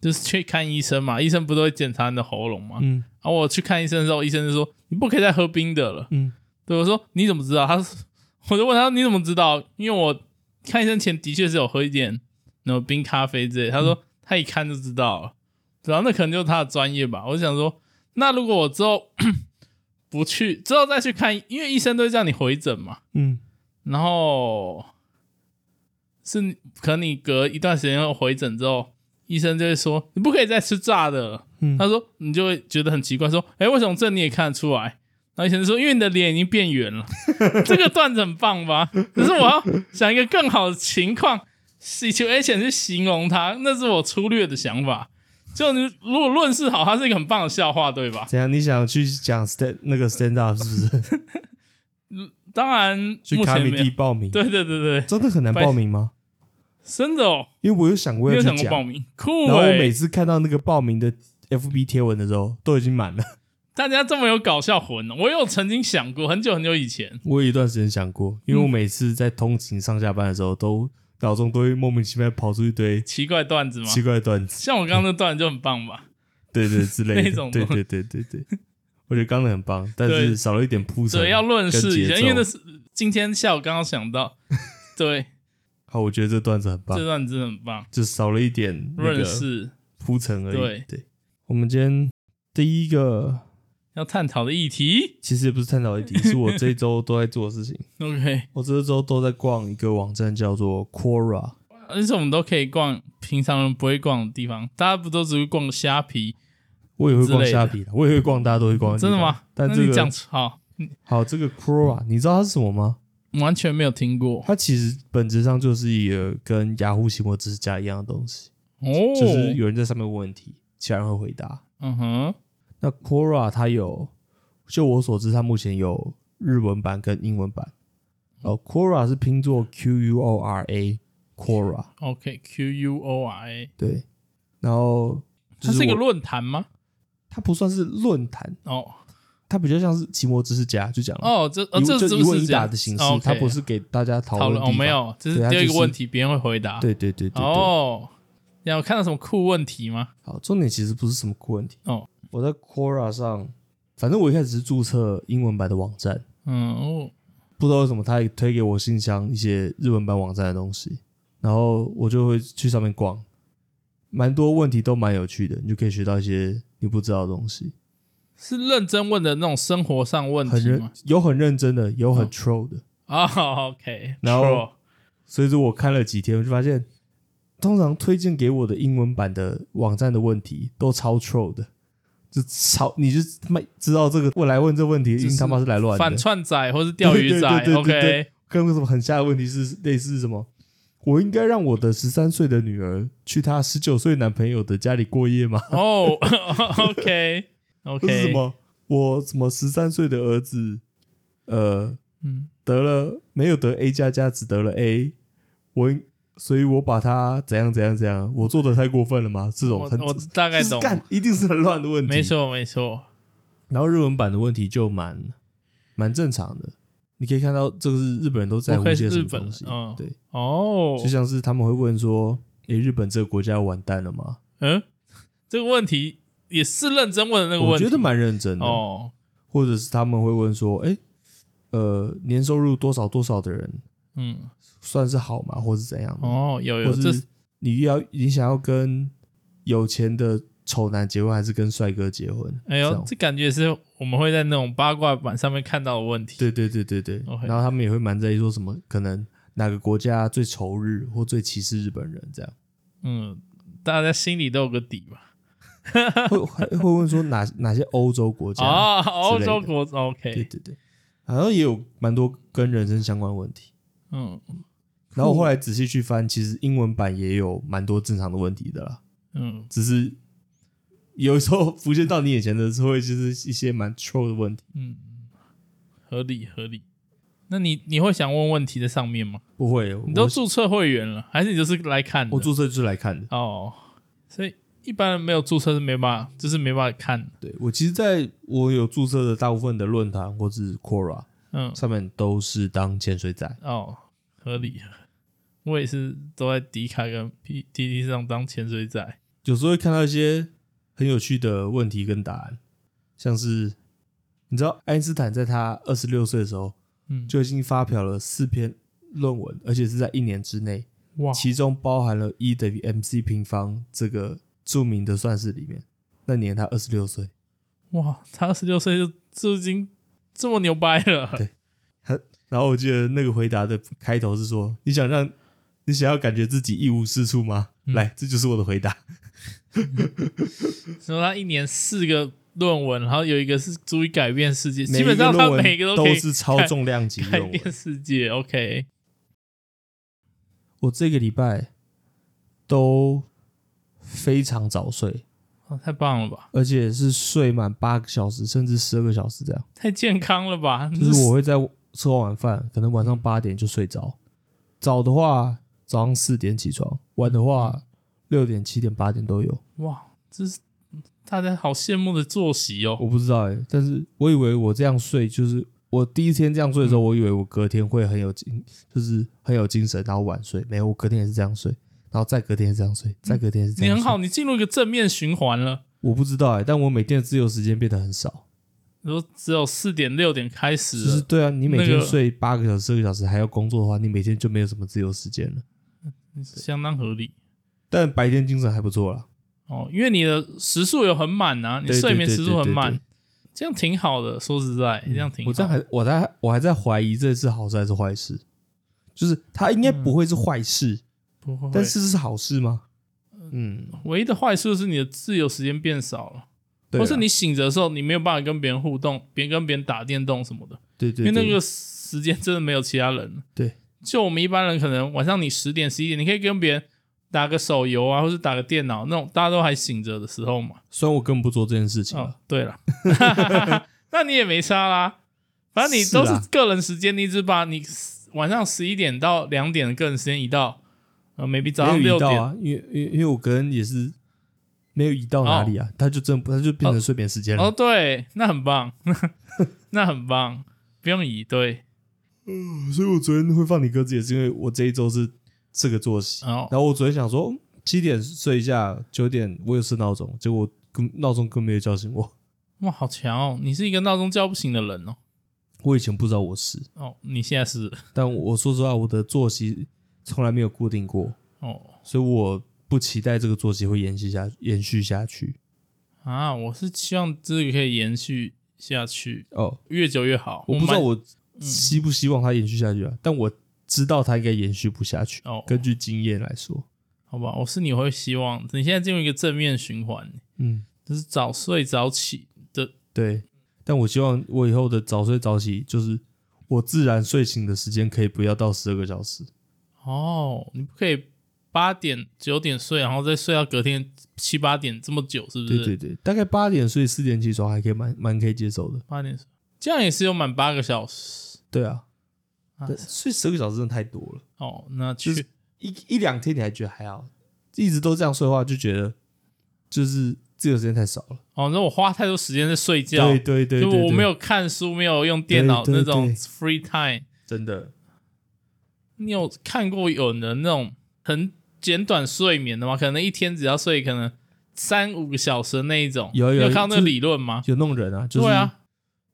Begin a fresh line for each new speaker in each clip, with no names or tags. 就是去看医生嘛，医生不都会检查你的喉咙嘛？
嗯
然后我去看医生的时候，医生就说你不可以再喝冰的了。
嗯，
对我说你怎么知道？他说 我就问他你怎么知道？因为我看医生前的确是有喝一点那种冰咖啡之类。他说、他一看就知道了，然后那可能就是他的专业吧。我就想说，那如果我之后 不去，之后再去看，因为医生都会叫你回诊嘛。
嗯
然后是你可能你隔一段时间后回诊之后，医生就会说你不可以再吃炸的了。
嗯
他说你就会觉得很奇怪，说哎、诶为什么这你也看得出来？然后医生就说因为你的脸已经变圆了， 这个段子很棒吧？可是我要想一个更好的情况 situation 去形容它，那是我粗略的想法。就你如果论述好，它是一个很棒的笑话，对吧？
怎样？你想去讲 stand 那个 stand up 是不是？
当然，
去
目
卡
前
米
没有
蒂。报名？
对对对对，
真的很难报名吗？
真的哦，
因为我有想过
没
要
有
去
想过报
讲，
名，酷
然后我
哎、
每次看到那个报名的 FB 贴文的时候，都已 经满了。
大家这么有搞笑魂哦，我有曾经想过，很久很久以前，
我有一段时间想过，因为我每次在通勤上下班的时候，都脑中都会莫名其妙跑出一堆
奇怪段子嘛，
奇怪的段 子，
像我刚刚那段就很棒吧？
对对之类
那
的，
种
对对对对对。我觉得刚才很棒，但
对
是少了一点铺陈。
对，要论
跟
事一
节
下，
奏
因为那是今天下午刚刚想到，对，
好，我觉得这段子很棒
这，段真的很棒，
就少了一点那
润
个
饰
铺陈而已。
对
我们今天第一个
要探讨的议题。
其实也不是探讨议 题，是我这一周都在做的事情。
OK，
我这周都在逛一个网站，叫做 Quora。
而且我们都可以逛平常人不会逛的地方，大家不都只会逛虾皮？
我也会逛
之类的
虾皮的，我也会逛，大家都会逛。
真的吗？
哦但
那
这
你讲
个
好，
好，这个 Quora，你知道它是什么吗？
完全没有听过
它其实本质上就是一个跟雅虎奇摩知识家一样的东西，
哦。
就是有人在上面问问题，其他人会回答。
嗯哼，
那 Quora 它有，就我所知，它目前有日文版跟英文版。
嗯
哦，Quora 是拼作 Q U O R A，Quora
，OK，Q U O R A，
对。然后就
它是一个
我
论坛吗？
它不算是论坛，
哦
它比较像是奇摩知识家，就讲了
哦，这哦
一
这
就
这
一
不
问
是
一
这
答
样哦
的形式，
OK
它不是给大家讨
讨
论
论哦，
的地
没
方。
有，只
对
是
它
丢一个
就是
问题，别人会回答。
对对对对对。
哦，那我看到什么酷问题吗？
好，重点其实不是什么酷问题
哦。
我在 Quora 上，反正我一开始是注册英文版的网站，
嗯哦，
不知道为什么他也推给我信箱一些日文版网站的东西，然后我就会去上面逛，蛮多问题都蛮有趣的，你就可以学到一些你不知道的东西。
是认真问的那种生活上问
很
题
认
吗？
有很认真的，有很
哦
troll 的，
啊、o k
然后所以说我看了几天，我就发现，通常推荐给我的英文版的网站的问题都超 troll 的，就超你就他妈知道这个问来问这问题，一
是
定他妈是来乱
反
的。
串仔或是钓鱼仔
对对对对对
，OK，
跟什么很下的问题是类似什么？我应该让我的十三岁的女儿去她十九岁男朋友的家里过夜吗？
哦 ，OK，OK，、
这是什么？我什么十三岁的儿子，呃，
嗯，
得了没有得 A 加加，只得了 A，我应所以我把他怎样怎样怎样，我做的太过分了吗？这种
我
很
我大概
就是
懂，
干一定是很乱的问题。
没错没错，
然后日文版的问题就蛮蛮正常的，你可以看到这个是日本人都在乎一些什么东西。
不愧是日本嗯
对，
哦，
就像是他们会问说：“诶、日本这个国家完蛋了吗
嗯，这个问题也是认真问的？”那个
我
问题，
觉得蛮认真的。
哦，
或者是他们会问说：“诶、呃，年收入多少多少的人
嗯，
算是好吗？或是怎样的？”
哦，有有，
或
这
是你要你想要跟有钱的丑男结婚，还是跟帅哥结婚？
哎
这
呦，
样
这感觉是我们会在那种八卦版上面看到的问题。
对对对对对。
OK
然后他们也会蛮在意说什么，可能哪个国家最仇日或最歧视日本人 这样，
嗯，大家心里都有个底吧？
会还会问说哪哪些欧洲国家？
啊，欧
之类的
洲国
对
OK，
对对，好像也有蛮多跟人生相关的问题。
嗯
然后我后来仔细去翻，其实英文版也有蛮多正常的问题的啦，
嗯
只是有时候浮现到你眼前的时候，就是一些蛮 troll 的问题。
嗯，合理合理。那你你会想问问题在上面吗？
不会，我
你都注册会员了，还是你就是来看的？
我注册就是来看的。
哦，所以一般人没有注册是没办法，就是没办法看的。
对我其实在我有注册的大部分的论坛或是 Quora
嗯，
上面都是当潜水仔，
哦，合理。我也是都在迪卡跟 P T T 上当潜水仔。
有时候会看到一些很有趣的问题跟答案，像是你知道爱因斯坦在他二十六岁的时候
嗯，
就已经发表了四篇论文，而且是在一年之内，
哇，
其中包含了 E 等于 mc 平方这个著名的算式里面。那年他二十六岁，
哇，他二十六岁就就已经这么牛掰了
对，然后我记得那个回答的开头是说：“你想让你想要感觉自己一无是处吗？
嗯
来，这就是我的回答。”
说他一年四个论文，然后有一个是足以改变世界，
每
基
一个
本上他
论文
每个
都
可以
是超重量级
改
论文
变。世界。OK，
我这个礼拜都非常早睡，
哦太棒了吧，
而且是睡满八个小时，甚至十二个小时这样。
太健康了吧，
就是我会在吃完晚饭，可能晚上八点就睡着。早的话，早上四点起床；晚的话，六点、七点、八点都有。
哇，这是大家好羡慕的作息哦。
我不知道哎、但是我以为我这样睡，就是我第一天这样
嗯
睡的时候，我以为我隔天会很有精，就是很有精神，然后晚睡。没有，我隔天也是这样睡，然后再隔天也是这样睡，再隔天也是这
你
样睡。
很好，你进入一个正面循环了。
我不知道哎、但我每天的自由时间变得很少。
你说只有四点六点开
就
始了，
是对啊，你每
那
天
个
睡八个小时、十个小时还要工作的话，你每天就没有什么自由时间了。
相当合理
但白天精神还不错啦，
哦，因为你的时数有很满啊，你
对对
睡眠
对
时
对
数很
对
满
对，
这样挺好的。说实在，这样挺好。
我这样还我在我还在怀疑这是好事还是坏事，就是它应该不会是坏事，
不嗯会，
但是这是好事吗？嗯，
唯一的坏处是你的自由时间变少了，
对
或
啊
是你醒着的时候你没有办法跟别人互动，别跟别人打电动什么的，
对对
因为那
对
个时间真的没有其他人。
对，
就我们一般人可能晚上你十点十一点，你可以跟别人打个手游啊，或是打个电脑那种，大家都还醒着的时候嘛。
虽然我根本不做这件事情
哦
了，，
对了， 那你也没差啦，反正你
是啊
都
啦
是个人时间，你只把你晚上十一点到两点的个人时间移到，呃，maybe 早上
没
六
有移到
点。
啊，因为因为因为我个人也是没有移到哪里啊，它就真它就变成睡眠时间了。
哦，对，那很棒， 那很棒，不用移对。
所以我昨天会放你鸽子，也是因为我这一周是这个作息。
哦，
然后我昨天想说嗯七点睡一下，九点我有设闹钟，结果跟闹钟根本没有叫醒我。
哇，好强哦！你是一个闹钟叫不醒的人哦。
我以前不知道我是，
哦，你现在是
但我说实话，我的作息从来没有固定过，
哦
所以我不期待这个作息会延续下延续下去。
啊，我是希望这个可以延续下去，
哦，
越久越好。
我不知道
蛮嗯
我希不希望它延续下去啊，但我知道它应该延续不下去。
哦，
根据经验来说，
好吧，我是你会希望你现在进入一个正面循环，
嗯，
就是早睡早起的。
对。
嗯
但我希望我以后的早睡早起，就是我自然睡醒的时间可以不要到十二个小时。
哦，你不可以八点九点睡，然后再睡到隔天七八点这么久，是不是？
对对对，大概八点睡，四点起床还可以蛮蛮可以接受的。
八点睡，这样也是有满八个小时。
对啊，
啊
对睡十二个小时真的太多了。
哦，那
就
去、
是一一两天你还觉得还好，一直都这样睡的话，就觉得就是自由时间太少了。
哦，那我花太多时间在睡觉，
对对对，
啊就
对
我
对
没有看书，没有用电脑
对
那
对
种
对
free time。
真的
你有看过有人那种很简短睡眠的吗？可能一天只要睡可能三五个小时的那一种。
有有
你有看到那
就
个
是
理论吗？
有那种人啊，就是
对啊，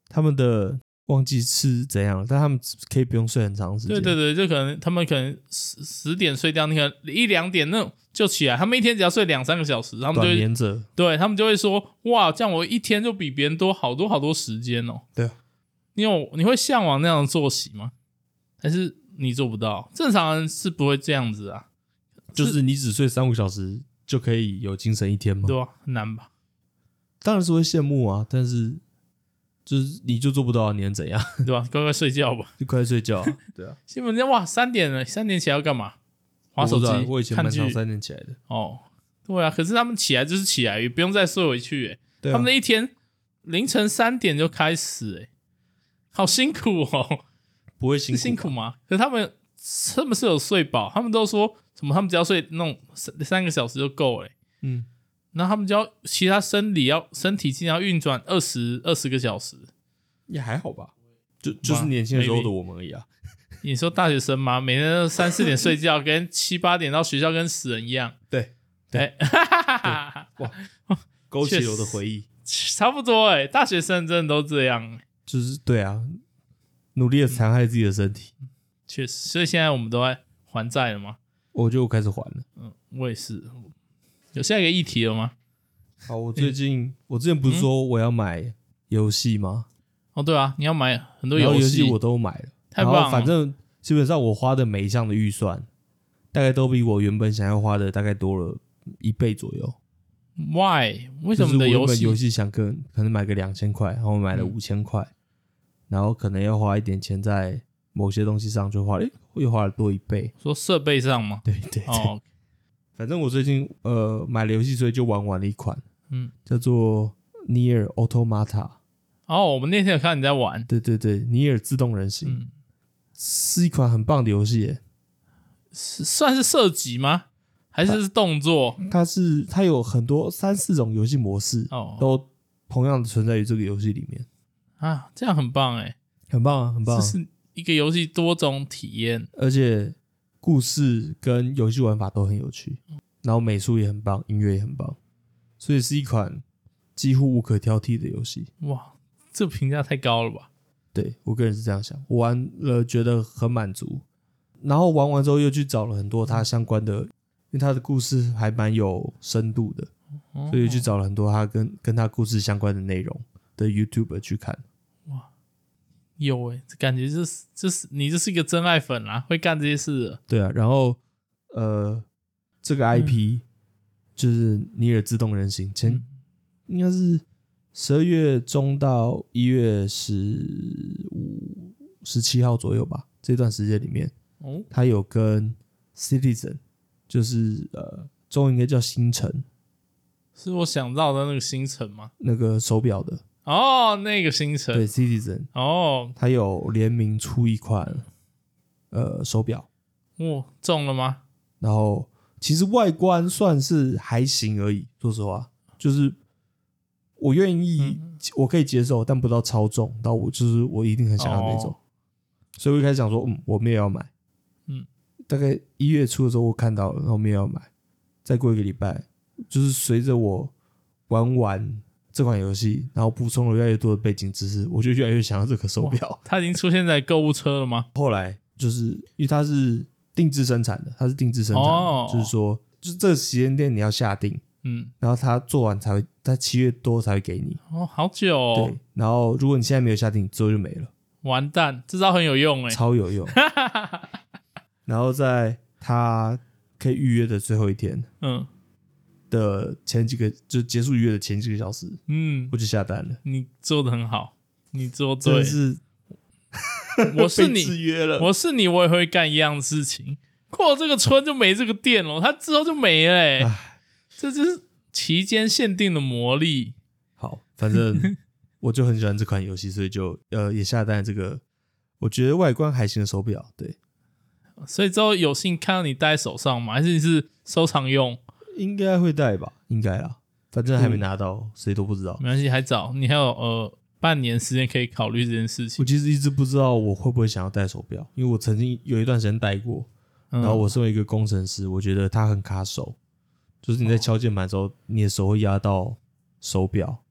他们的忘记是怎样了，但他们可以不用睡很长时间。
对对对，就可能他们可能十十点睡觉，你可能一两点那种就起来，他们一天只要睡两三个小时，他们就
短
会
眠者，
对他们就会说哇，这样我一天就比别人多好多好多时间哦。
对啊，
你有你会向往那样的作息吗？还是你做不到？正常人是不会这样子啊，
就是你只睡三五小时就可以有精神一天吗？
对啊吧、很难吧？
当然是会羡慕啊，但是就是你就做不到啊，你能怎样？
对吧、 乖乖睡觉吧。
就快睡 觉啊。对啊，
新闻在哇，三点了，三点起来要干嘛？划
我
手
不
机
知道我以前
看
蛮
剧
常三点起来的。
哦。对啊，可是他们起来就是起来，也不用再睡回去、欸。
对
他
啊
们，那一天凌晨三点就开始、欸，好辛苦哦，
不会
是
辛
辛苦吗？可是他们他们是有睡饱，他们都说什么？他们只要睡那种三三个小时就够了、欸，
嗯，
然后他们就要其他生理要身体竟然要运转二十二十个小时。
也还好吧，就就是
吧
年轻的时候
maybe
的我们而已啊。
你说大学生吗？每天都三四点睡觉，跟七八点到学校跟死人一样。
对
对，哈哈哈哈。
勾起
确实
了我的回忆。
差不多哎、大学生真的都这样、
就是对啊，努力的残害自己的身体，
确实。所以现在我们都在还债了吗？
我就开始还了。
我也是。有下一个议题了吗？
好，我最近我之前不是说我要买游戏吗？
哦，对啊，你要买很多
然后游
戏，
我都买了，
太棒
然
了。
后反正基本上我花的每一项的预算，大概都比我原本想要花的大概多了一倍左右。
why 为
为
什么你的游
游
戏
游戏想跟可能买个两千块，然后买了
嗯
五千块，然后可能要花一点钱在某些东西上，就花了诶又花了多一倍。
说设备上吗？
对对对，
哦，
反正我最近呃买了游戏，所以就玩玩了一款，
嗯，
叫做《Near Automata》。
哦，我们那天有看你在玩，
对对对，《尼尔自动人形》
嗯，
是一款很棒的游戏耶，
是算是射击吗？还是是动作？
它是它有很多三四种游戏模式，
哦
都同样的存在于这个游戏里面，
啊，这样很棒哎、
很棒啊，很棒
这
啊、
是一个游戏多种体验。
而且故事跟游戏玩法都很有趣，然后美术也很棒，音乐也很棒，所以是一款几乎无可挑剔的游戏。
哇，这评价太高了吧？
对我个人是这样想，我玩了觉得很满足，然后玩完之后又去找了很多它相关的，因为它的故事还蛮有深度的，
哦
所以去找了很多它跟跟它故事相关的内容的 YouTube 去看。
有哎、这感觉就是就是你就是一个真爱粉啦，会干这些事的。
对啊，然后呃，这个 IP、就是《尼尔自动人形》，前、
嗯
应该是十二月中到一月十五、十七号左右吧，这段时间里面，
哦，
他有跟 Citizen，就是呃，中文应该叫星辰
是我想到的那个星辰吗？
那个手表的，
哦，那个星辰
对。Citizen，
哦，
他有联名出一款呃手表，
哇，中了吗？
然后其实外观算是还行而已，说实话，就是我愿意，
嗯
我可以接受，但不到超重，到我就是我一定很想要那种，
哦
所以我一开始想说，嗯，我们也要买，
嗯，
大概一月初的时候我看到了，然后我们也要买，再过一个礼拜，就是随着我玩完这款游戏，然后补充了越来越多的背景知识，我就越来越想要这个手表。
它已经出现在购物车了吗？
后来就是因为它是定制生产的，它是定制生产的，
哦
就是说，就是这个时间店你要下定，
嗯，
然后它做完才会，它七月多才会给你。
哦，好久、哦，
对，然后如果你现在没有下定，之后就没了，
完蛋，这招很有用哎、
超 有用。然后在它可以预约的最后一天
嗯
的前几个，就结束预约的前几个小时，
嗯，
我就下单了，
你做的很好，你做
真
对
的，是
我是
被制
你，
约了。
我是你，我也会干一样的事情。过这个村就没这个店了，它之后就没了、欸，这就是期间限定的魔力。
好，反正我就很喜欢这款游戏，所以就呃也下单了这个，我觉得外观还行的手表。对，
所以之后有幸看到你戴在手上吗？还是你是收藏用？
应该会带吧，应该啦，反正还没拿到，谁都不知道。
嗯没关系，还早，你还有呃半年时间可以考虑这件事
我
情。
其实一直不知道我会不会想要戴手表，因为我曾经有一段时间戴过，
嗯、
然后我身为一个工程师，我觉得它很卡手，就是你在敲键盘的时候，你的手会压到手表，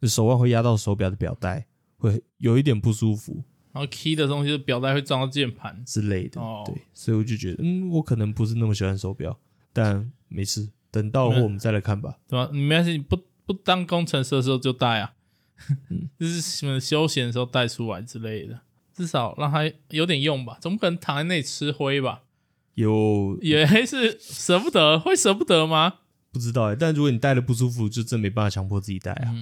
就手腕会压到手表的表带，会有一点不舒服
然后 key 的东西，表带会撞到键盘。
之类的。
哦
对，所以我就觉得，嗯，我可能不是那么喜欢手表，但没事，等到了
嗯
我们再来看吧。
对吧？你没关系，你不不当工程师的时候就带啊，
嗯
就是什么休闲的时候带出来之类的，至少让它有点用吧。总不可能躺在那里吃灰吧？
有
也是舍不得，会舍不得吗？
不知道哎、但如果你戴了不舒服，就真没办法强迫自己戴啊，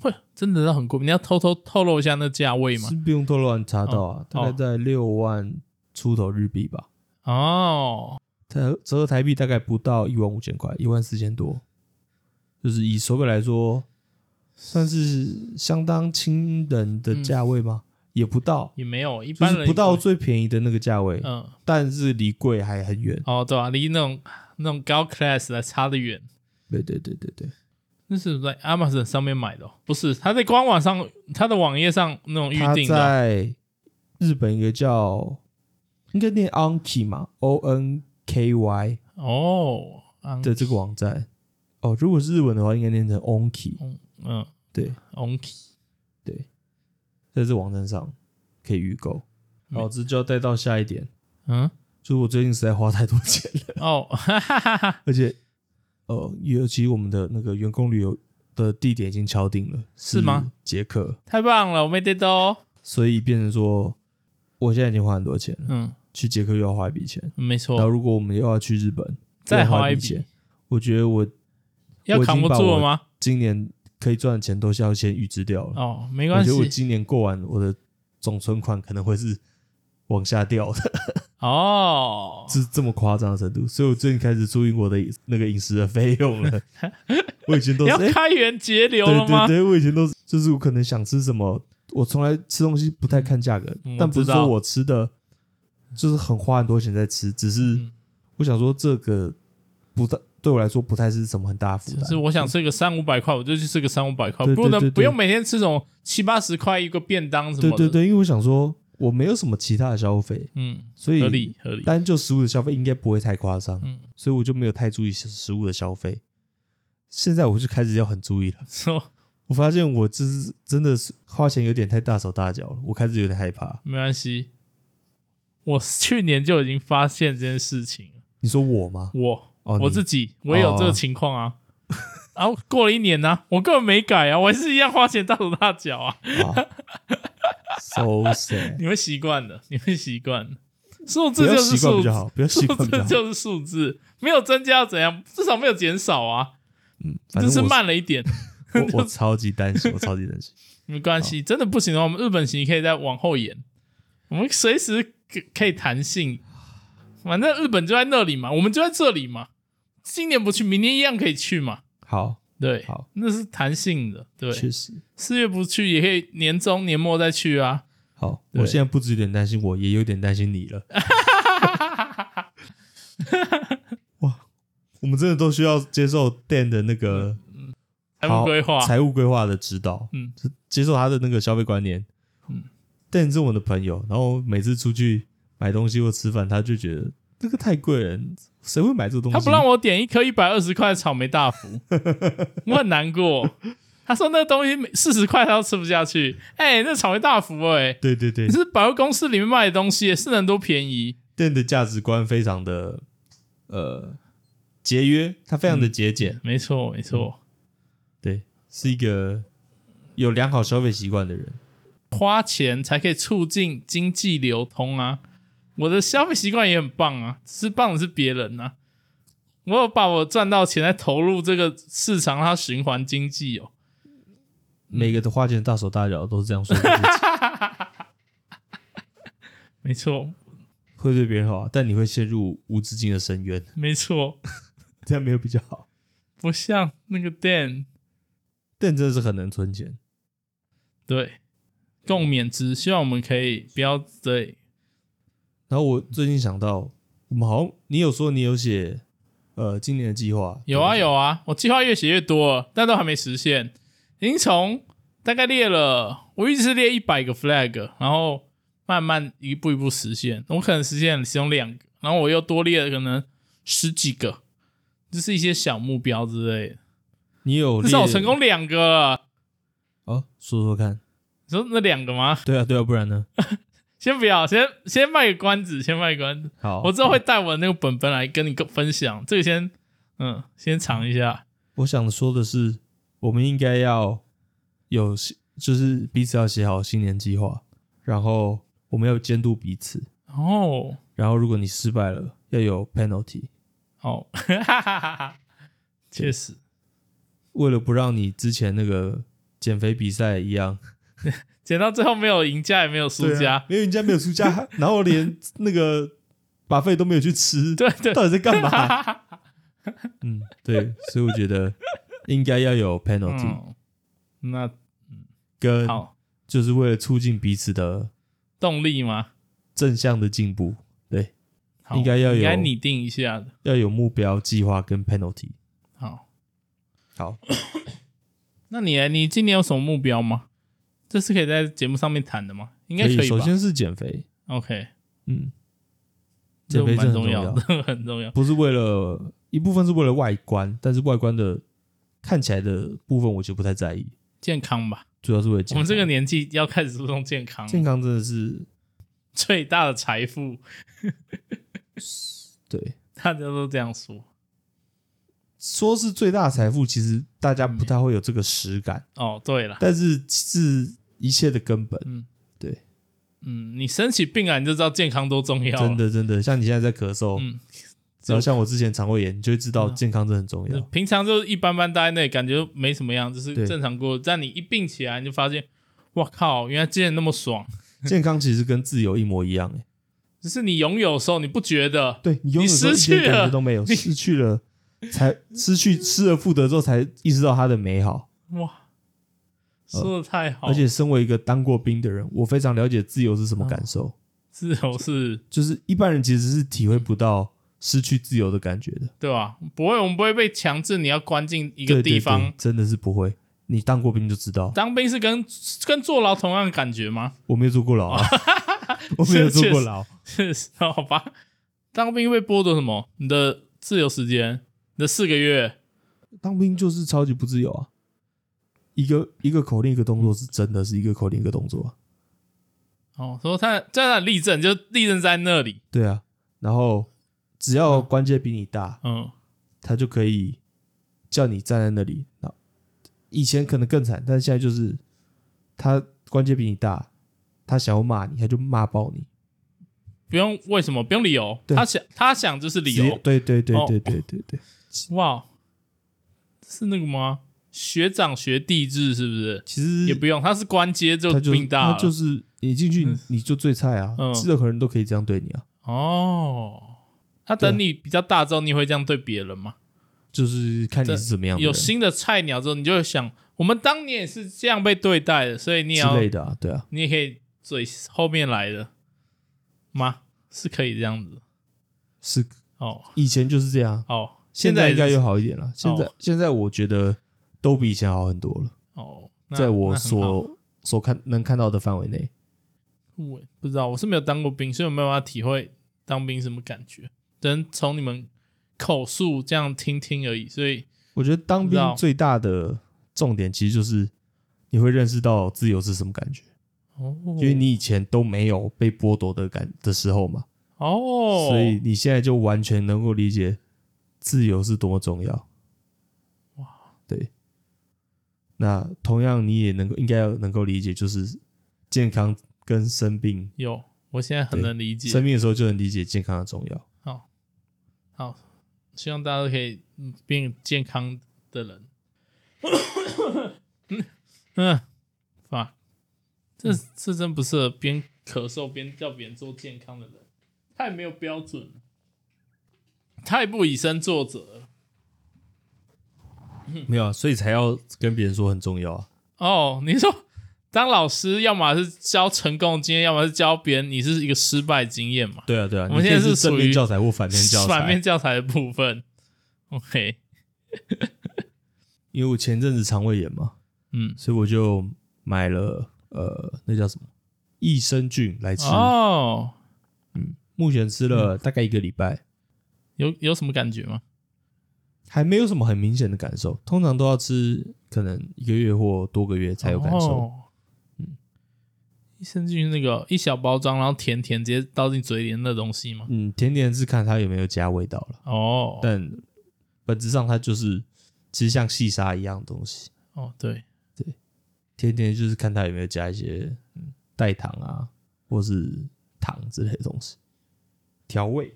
会真的是很贵，你要偷偷透露一下那价位吗
是？不用透露查到啊，大概
哦
在六万出头日币吧，
哦，
它折合台币大概不到一万五千块，一万四千多，就是以手表来说，算是相当亲人的价位吗？也不到，
也没嗯有，一
就
般人
是不到
也会
最便宜的那个价位，
嗯，
但是离贵还很远。
哦，对啊，离那种那种高 class 来差得远。
对对对对对，
那是在 Amazon 上面买的哦、不是？他在官网上，他的网页上那种预
它
定的啊、
在日本一个叫应该念 Onky 嘛，O N K Y
哦，嗯
的这个网站，哦，如果是日文的话，应该念成 onki。
嗯嗯，
对，
，onky，
在这网站上可以预购。
没
好，这就要带到下一点，
嗯，
就是我最近实在花太多钱 了，
哦，哈哈哈哈，
而且呃，尤其我们的那个员工旅游的地点已经敲定了，
是吗？
捷克，
太棒了，我没得哦到，
所以变成说，我现在已经花很多钱了，
嗯，
去捷克又要花一笔钱，
没
然后
错，
如果我们又要去日本，
哦再
又要
花
花
一
笔
笔
钱，，我觉得我
要
我已
扛
经
不
把
住了
我
吗？
今年可以赚的钱都是要先预支掉了。
哦，没
我
关
觉
系
得，我今年过完，我的总存款可能会是往下掉的，
哦，
是这么夸张的程度。所以我最近开始注意我的那个饮食的费 用了。我以前都是、
要
哎，
开源节流了
对
吗
对？对，我以前都是，就是我可能想吃什么，我从来吃东西不太看价格，
嗯
但
我
不是
知道
说我吃的就是很花很多钱在吃，只是
嗯
我想说这个不大对我来说不太是什么很大负担
就。是我想吃个三五百块，我就去吃个三五百块，
对
不
对
能
对
不
对
用每天吃这种七八十块一个便当什么
对
的。
对，对，因为我想说我没有什么其他的消费，
嗯，
所以
合理合理。
单就食物的消费应该不会太夸张，
嗯
所以我就没有太注意食食物的消费。现在我就开始要很注意了。
说
我发现我这是真的是花钱有点太大手大脚了，我开始有点害怕。
没关系，我去年就已经发现这件事情了。
你说我吗？
我、
哦，
我
你哦
自己我也有这个情况啊。然后过了一年呢、我根本没改啊，我还是一样花钱大手大脚啊。
啊，so sad。
你会习惯的，你会习惯的。数
不
字
要
就是
习惯
数
比
字
较，好，不要习
数
惯比较
字
好。
就是数字，没有增加怎样，至少没有减少啊，
嗯，反
只
正
是
我
慢了一点，
我我超级担心，我超级担心。
没关系。真的不行的话，我们日本行可以再往后延，我们随时可可以弹性，反正日本就在那里嘛，我们就在这里嘛，今年不去，明年一样可以去嘛。
好，
对，
好，
那是弹性的，对，
确实
四月不去也可以年中年末再去啊。
好。
对
我现在不止有点担心我，也有点担心 你了。我们真的都需要接受 Dan 的那个
财务规划
好，财务规划的指导，
嗯，
接受他的那个消费观念。
嗯
，Dan 是我的朋友，然后每次出去买东西或吃饭，他就觉得这个太贵了，谁会买这个东西？
他不让我点一颗一百二十块的草莓大福，我很难过。他说那东西四十块他都吃不下去，哎、那草莓大福哎、
对对对
你是百货公司里面卖的东西，欸是能多便宜？
，Dan 的价值观非常的呃节约，他非常的节俭，
没错，没错，
对，是一个有良好消费习惯的人。
花钱才可以促进经济流通啊！我的消费习惯也很棒啊，只是棒的是别人啊。我有把我赚到钱再投入这个市场，让它循环经济哦。嗯
每个的花钱大手大脚都是这样说 的自己，
没错，
会对别人好，但你会陷入无止境的深渊，
没错，
这样没有比较好。
不像那个 Dan，
但真的是很能存钱，
对，共勉之，希望我们可以不要对，
然后我最近想到，我们好像你有说你有写呃今年的计划，
有啊
对
有啊，我计划越写越多了，但都还没实现。已经从大概列了，我一直是列一百个 flag，然后慢慢一步一步实现。我可能实现了其中两个，然后我又多列了可能十几个，就是一些小目标之类的。
不对，你有
至少我
列
成功两个了。
哦，说说看，
你说那两个吗？
对啊对啊，不然呢？
先不要，先先卖个关子，先卖个关子。
好，
我之后会带我的那个本本来跟你分享，这个先嗯先尝一下。
我想说的是，我们应该要有就是彼此要写好新年计划，然后我们要监督彼此，
哦
然后如果你失败了，要有 penalty，
哦，哈哈哈哈，确实。
为了不让你之前那个减肥比赛一样，
减到最后没有赢家也没有输家，
没有人家没有输家，然后连那个把费都没有去 吃，
对对
到底在干嘛？ 嗯，对，所以我觉得应该要有 penalty，、
嗯，那
跟
好
就是为了促进彼此的
动力吗？
正向的进步，
好
应该要有
应该拟定一下的。
要有目标、计划跟 penalty。
好，
好，
那你呢你今年有什么目标吗？这是可以在节目上面谈的吗？应该
以。
吧
首先是减肥，
，OK，
嗯，
这
减肥
蛮
真的
重
很重
要
要
的，很重要。
不是为了一部分是为了外观，但是外观的看起来的部分我就不太在意，
健康吧。
主要是为了健
我
康
们这个年纪要开始注重健康，
健康真的是
最大的财富，
对，
大家都这样说。
说是最大的财富，其实大家不太会有这个实感，
哦，对了，
但是是一切的根本。
嗯，
对，
嗯，你生起病来你就知道健康多重要了。啊
真的真的，像你现在在咳嗽，
嗯
然后像我之前肠胃炎，你就会知道健康真的很 重要。
平常就一般般待在那里，感觉没什么样，就是
对
正常过。但你一病起来，你就发现，哇靠，原来之前那么爽。
健康其实跟自由一模一样、欸，
只是你拥有的时候你不觉得，
对你拥有的时候
你
一
失去了
点感觉都没有，
你
失去了才 失去失而复得之后才意识到它的美好。
哇，说的太好。
而且身为一个当过兵的人，我非常了解自由是什么感受，
自由是，
就是一般人其实是体会不到失去自由的感觉的。
对吧？不会，我们不会被强制你要关进嗯一
一
个地方。
真的是不会，你当过兵就知道。
当兵是跟跟坐牢同样的感觉吗？
我没有坐过牢、啊，我没有坐过牢，
是，好吧。当兵被剥夺什么？你的自由时间，你的四个月，
当兵就是超级不自由啊。一个一个口令一个动作是真的是一个口令一个动作、啊，
哦，说他在那立正，就立正在那里，
对啊。然后只要官阶比你大，
嗯，
他就可以叫你站在那里。那以前可能更惨，但是现在就是他关节比你大，他想要骂你，他就骂爆你。
不用为什么，不用理由，
对
他想他想就是理
直接
由，
对对对
哦
对对对对，
哇，是那个吗？学长学弟制是不是？
其实
也不用，他是官阶就
他就
病大
他
了，
就是你进去你你就最菜啊，
嗯
任何人都可以这样对你啊，
哦。他
对啊
等你比较大之后，你会这样对别人吗？
就是看你
这
是怎么样的
有
人
新的菜鸟之后，你就会想，我们当年也是这样被对待的，所以你也
之
要
类的啊，对啊，
你也可以最后面来的吗？是可以这样子
是
哦
以前就是这样，
哦，
现
在
在应该
也是
又好一点了。现在
哦
现在我觉得都比以前好很多了，
哦，那
在
那
我
很好
所所看能看到的范围内。
我不知道，我是没有当过兵，所以我没有办法体会当兵什么感觉，只能从你们口述这样听听而已。所以，
我觉得当
不知
兵
道
最大的重点其实就是你会认识到自由是什么感觉，
哦，
因为你以前都没有被剥夺的感的时候嘛，
哦，
所以你现在就完全能够理解自由是多么重要。哇，对。那同样你也能够应该要能够理解，就是健康跟生病，
有，我现在很能理解
生。病的时候就能理解健康的重要。
好，希望大家都可以嗯变健康的人。嗯，啊，这
嗯
这真不适合边咳嗽边叫别人做健康的人，太没有标准了，太不以身作则了。嗯
没有啊，所以才要跟别人说很重要啊。
哦，你说当老师，要么是教成功的经验，要么是教别人你是一个失败经验嘛？
对啊，对啊，
我们现在
你可以
是
正
属
面
于
教材或反面教 材，
反面教材的部分。OK，
因为我前阵子肠胃炎嘛，
嗯，
所以我就买了呃，那叫什么益生菌来吃。
哦，
目前吃了大概一个礼拜，
有有什么感觉吗？
还没有什么很明显的感受。通常都要吃可能一个月或多个月才有感受。
哦、嗯，益生菌那个一小包装，然后甜甜直接倒进嘴里的那东西吗？
嗯，甜甜是看它有没有加味道了，
哦，
但本质上它就是其实像细沙一样的东西。
哦，对，
甜甜就是看它有没有加一些嗯代糖啊，或是糖之类的东西调味。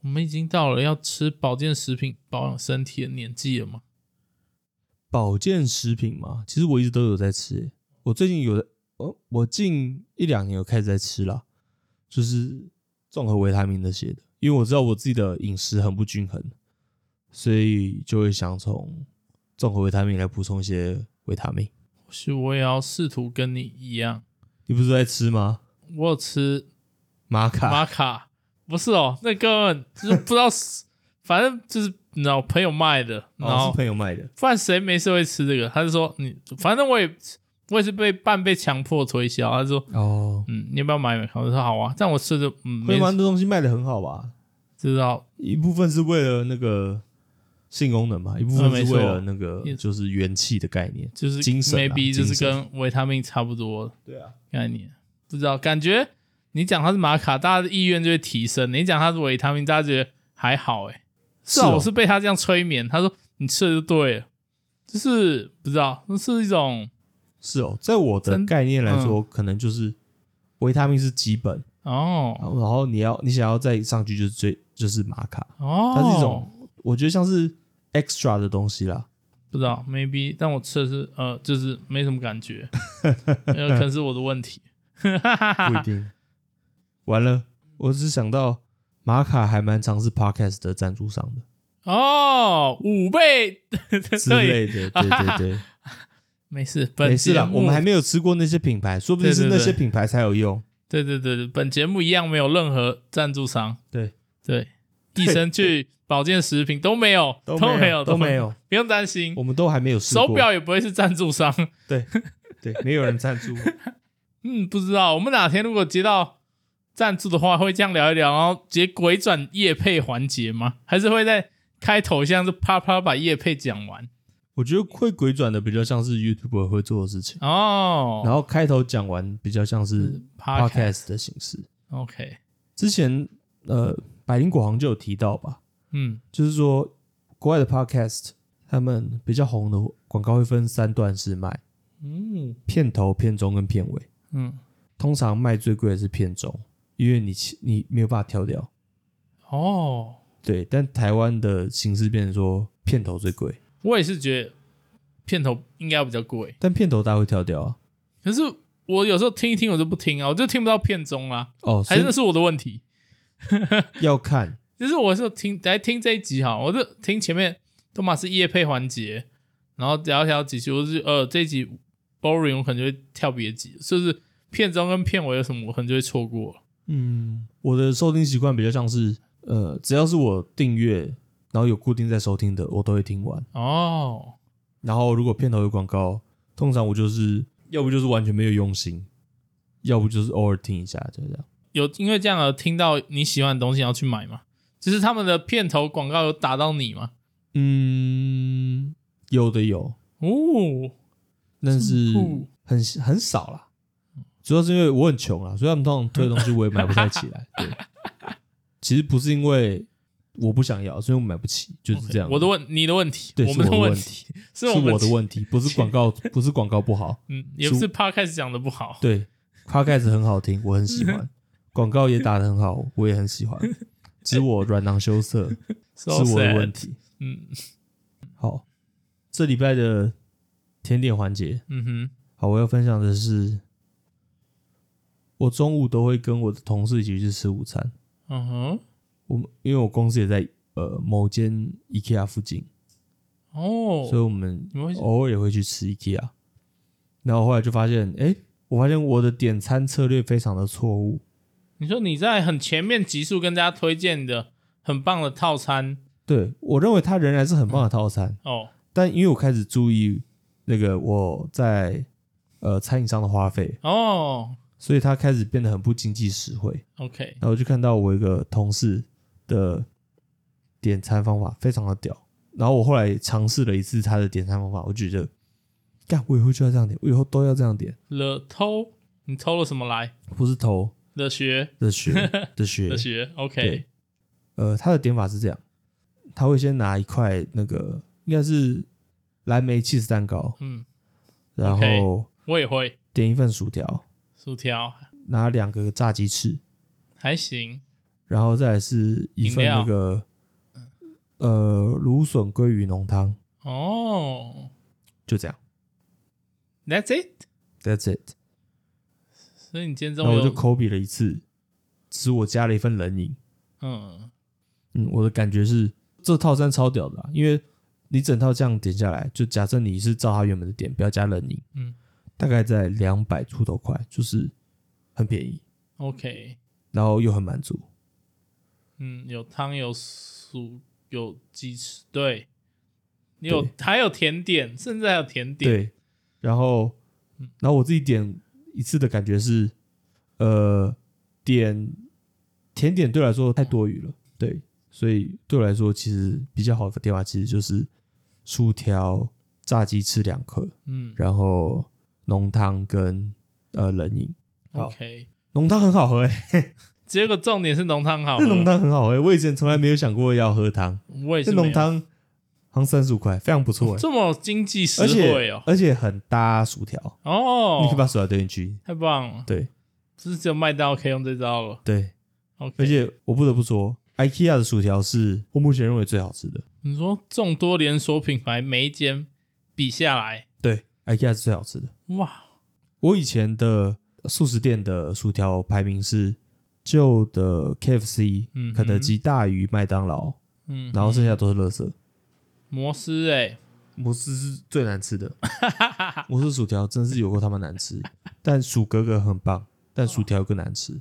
我们已经到了要吃保健食品保养身体的年纪了吗？
保健食品嘛，其实我一直都有在吃耶。我最近有的，哦，我近一两年有开始在吃啦，就是综合维他命那些的。因为我知道我自己的饮食很不均衡，所以就会想从综合维他命来补充一些维他命。
或许我也要试图跟你一样，
你不是在吃吗？
我有吃
玛卡，哦
玛卡，不是哦，那哥们就是不知道是， 反正就是你知道朋友卖的，然
哦，
后、
是朋友卖的。
不然谁没事会吃这个？他就说你，反正我也我也是被半被强迫推销，他就说
哦，
嗯，你要不要买买看？我说好啊，但我吃着嗯
会
没
吗？那东西卖的很好吧？
知道
一部分是为了那个性功能吧，一部
嗯
分
没
是
错
为了那个
Yes
就是元气的概念。
就是
精神啊
maybe 就是
精神
跟维他命差不多
对啊，
概念，不知道感觉你讲它是玛卡，大家的意愿就会提升；你讲它是维他命，大家觉得还好、欸。哎，是
是
啊，
哦
我是被他这样催眠，他说你吃了就对了，就是不知道，那是一种
是哦，在我的
真嗯
概念来说，可能就是维他命是基本，
哦
然后你要你想要再上去就是最就是玛卡，
哦，
它是一种我觉得像是 extra 的东西 啦。
不知道 maybe，但我吃的是呃，就是没什么感 觉，有可能是我的问题。
不一定。完了，我只想到玛卡还蛮常是 podcast 的赞助商的
哦，五倍
之
对，
类的，对对对，
没事，
没
本
事
节
啦，
目
我们还没有吃过那些品牌，说不定是
对对
那
对
些品牌才有用。
对对对对，本节目一样没有任何赞助商，
对
对，
对
益生菌、保健食品都没有，没有，
都没
有，
有，
不用担心
我，们都还没有试过。
手表也不会是赞助商。
对，没有人赞助。
嗯，不知道，我们哪天如果接到赞助的话，会这样聊一聊，然后直接鬼转夜配环节吗？还是会在开头像是啪啪把夜配讲完？
我觉得会鬼转的比较像是 YouTube 会做的事情，
哦，嗯
然后开头讲完比较像是
是 podcast
podcast 的形式。
OK，
之前呃，百灵果行就有提到吧，
嗯，
就是说国外的 podcast 他们比较红的广告会分三段式卖，
嗯
片头、片中跟片尾。
嗯，
通常卖最贵的是片中，因为你其你没有办法挑掉。
哦，
对，但台湾的形式变成说片头最贵，
我也是觉得片头应该比较贵，
但片头大家会挑掉啊。
可是我有时候听一听我就不听啊，我就听不到片中啊，
哦，所
还是
以
那是我的问题。
要看
就是我是听来听这一集哈，我就听前面都嘛是夜配环节，然后聊一聊几句，我就是呃这一集 boring，我可能就会跳别集，就是片中跟片尾有什么，我可能就会错过。
嗯，我的收听习惯比较像是，呃，只要是我订阅，然后有固定在收听的，我都会听完。
哦，
然后如果片头有广告，通常我就是要不就是完全没有用心，要不就是偶尔听一下，就这样。
有因为这样而听到你喜欢的东西，然后去买嘛？就是他们的片头广告有打到你吗？
嗯，有的有，
哦，
但是
这么酷
很很少啦。主要是因为我很穷啊啦，所以他们通常推的东西我也买不太起 来。对，其实不是因为我不想要，所以我买不起，就是这样。
我的问你的问题，
对
我
是
们
我的
问
问
题 是
是
我们
我的问题，不是广告，不是广告不好。
嗯，也不是 podcast 讲的不好，
对 p o d 很好听，我很 喜欢，广告也打得很好，我也很喜欢。只我软囊羞 涩
是
是我的问，题。
嗯
好，这礼拜的甜点环节，
嗯哼，
好，我要分享的是，我中午都会跟我的同事一起去吃午餐。
嗯哼，
我们因为我公司也在呃某间 IKEA 附近，
哦，
所以我们
你们会
偶尔也会去吃 IKEA。然后后来就发现，哎、我发现我的点餐策略非常的错误。
你说你在很前面集数跟大家推荐的很棒的套餐
对我认为它仍然是很棒的套餐，
哦，
但因为我开始注意那个我在呃餐饮上的花费，
哦
所以它开始变得很不经济实惠。
，OK，
然后我就看到我一个同事的点餐方法非常的屌，然后我后来尝试了一次他的点餐方法，我觉得，干，我以后就要这样点，我以后都要这样点，
了偷，你偷了什么来？
不是头
了学
的 学的学
了学，OK，
对，呃，他的点法是这样，他会先拿一块那个应该是蓝莓 cheese 蛋糕，
嗯，
然
OK
后
我也会
点一份薯条，
薯条，
拿两个炸鸡翅，
还行，
然后再来是一份
饮料嗯
那个呃芦笋鲑鱼浓汤，
哦
就这样。
，That's it，
That's it。
所以你今天
然
中
后
午
我就
有
copy 了一次，只我加了一份冷饮。
嗯
嗯，我的感觉是这套餐超屌的、啊，因为你整套这样点下来，就假设你是照它原本的点，不要加冷饮，
嗯，
大概在两百出头块，就是很便宜，
，OK，
然后又很满足。
嗯，有汤有薯有鸡翅，对，你有
对
还有甜点，甚至还有甜点，
对，然后，然后我自己点一次的感觉是，呃，点甜点对我来说太多余了，对，所以对我来说，其实比较好的点法其实就是薯条、炸鸡吃两颗，
嗯
然后浓汤跟呃冷饮。好
，OK。
浓汤很好喝、欸，
结果重点是浓汤好喝，
那浓汤很好喝、欸，我以前从来没有想过要喝汤。
我也
这
是没有
浓汤好像三十五块，非常不错、欸，
哦这么经济实
而且
惠哦，
而且很搭薯条，你可
哦，
以把薯条丢进去。
太棒了，
对
不是只有麦当劳可以用这招了
对，
，OK。
而且我不得不说，IKEA 的薯条是我目前认为最好吃的。
你说众多连锁品牌每一间比下来，
对，IKEA 是最好吃的。
哇，
我以前的素食店的薯条排名是旧的 KFC、
嗯哼
肯德基大于麦当劳，
嗯，
然后剩下都是垃圾。
摩斯哎，
摩斯是最难吃 的，摩斯薯条真是有过他妈难吃，但薯格格很棒，但薯条更难吃。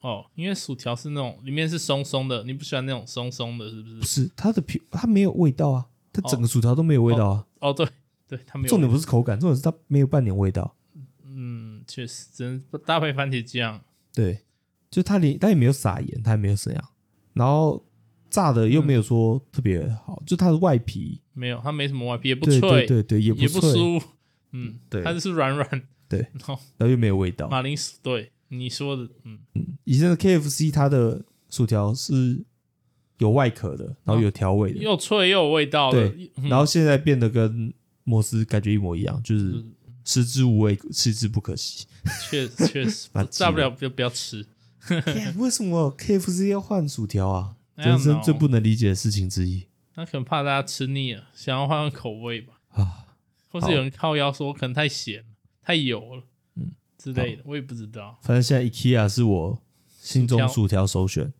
哦，因为薯条是那种里面是松松的，你不喜欢那种松松的，是不
不
是？
是它的皮，它没有味道啊，它整个薯条都没有味道啊。
哦，对对，它没有。
重点不是口感，重点是它没有半点味道。
嗯，确实，真搭配番茄酱，
对，就它连它也没有撒盐，它也没有怎样，然后炸的又没
嗯
有说特别好，就它的外皮，
没有，它没什么外皮，也不
对
脆，
对对对，也
也
不
不
脆，
酥，嗯，
对
它就是软软，
对
然后
然后又没有味道。
马铃薯，对你说的，嗯，
以前的 KFC 它的薯条是有外壳的，然后有调味的，
又脆嗯又有味道的，嗯
然后现在变得跟摩斯感觉一模一样，就是
嗯
食之无味，弃之不 可惜。
确实确 实
蛮，
大不了就不要吃，
干为什么 KFC 要换薯条啊？
I don't
人生最
know
不能理解的事情之一
那可能怕大家吃腻了，想要换换口味吧，
啊！
或是有人靠腰说可能太咸了、太油了，
嗯
之类的，我也不知道。
反正现在 IKEA 是我心中薯条首选，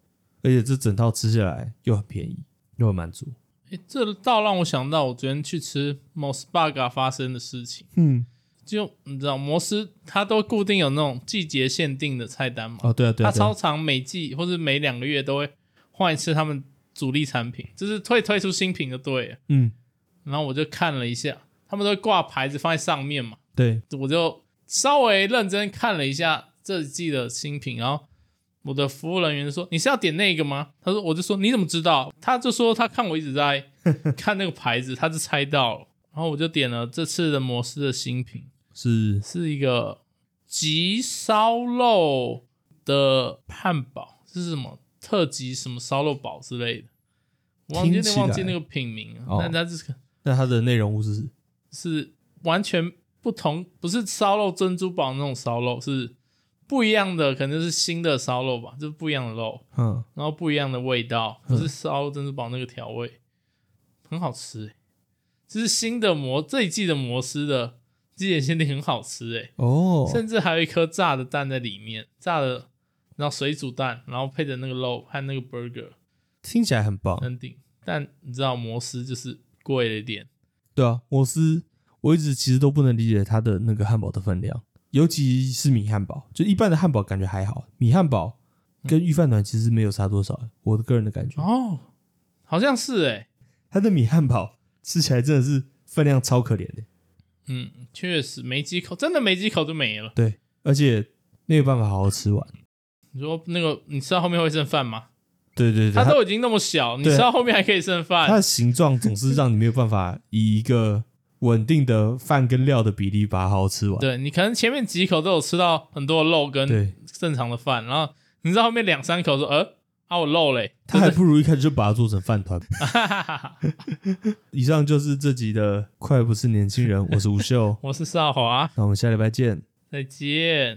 而且这整套吃下来又很便宜，又很满足。
诶，这倒让我想到我昨天去吃 Mos Burger 发生的事情。
嗯，
就你知道，摩斯它都固定有那种季节限定的菜单嘛，
哦，对啊，对啊，
它
对啊
超常每季或是每两个月都会换一次他们主力产品，就是会推出新品就对了。
嗯，
然后我就看了一下，他们都会挂牌子放在上面嘛，
对，
我就稍微认真看了一下这一季的新品，然后我的服务人员就说：“你是要点那个吗？”他说：“我就说你怎么知道？”他就说他看我一直在 看那个牌子，他就猜到了。然后我就点了这次的摩斯的新品，
是
是一个吉烧肉的汉堡，这是什么特级什么烧肉堡之类的，我忘记
听起来
忘记那个品名了
哦，
但它是
那它的内容物是
是完全不同，不是烧肉珍珠堡那种烧肉，是不一样的，可能是新的烧肉吧，就是不一样的肉，
嗯，
然后不一样的味道，
嗯
不是烧肉珍珠堡那个调味，很好吃、欸。这是新的摩这一季的摩斯的季节限定很好吃哎、
哦，
甚至还有一颗炸的蛋在里面，炸的然后水煮蛋，然后配着那个肉和那个 burger
哦听起来很棒。
很顶。但你知道摩斯就是贵了一点，
对啊，摩斯我一直其实都不能理解它的那个汉堡的分量，尤其是米汉堡，就一般的汉堡感觉还好，米汉堡跟御饭团其实没有差多少，我的个人的感觉。
哦，好像是哎、
它的米汉堡吃起来真的是分量超可怜的，
嗯，确实没几口，真的没几口就没了。
对，而且没有办法好好吃完。
你说那个，你吃到后面会剩饭吗？
对对对，
它
它
都已经那么小，你
对
吃到后面还可以剩
它
饭，
的形状总是让你没有办法以一个稳定的饭跟料的比例把它好好吃完。
对你可能前面几口都有吃到很多肉跟
对，
正常的饭，然后你知道后面两三口说，呃，啊我肉嘞，
它还不如一开始就把它做成饭团。
哈哈哈 哈，
以上就是这集
，
的《快不是年轻人》，我是吴秀
我是少华，
那我们下礼拜见。
再见。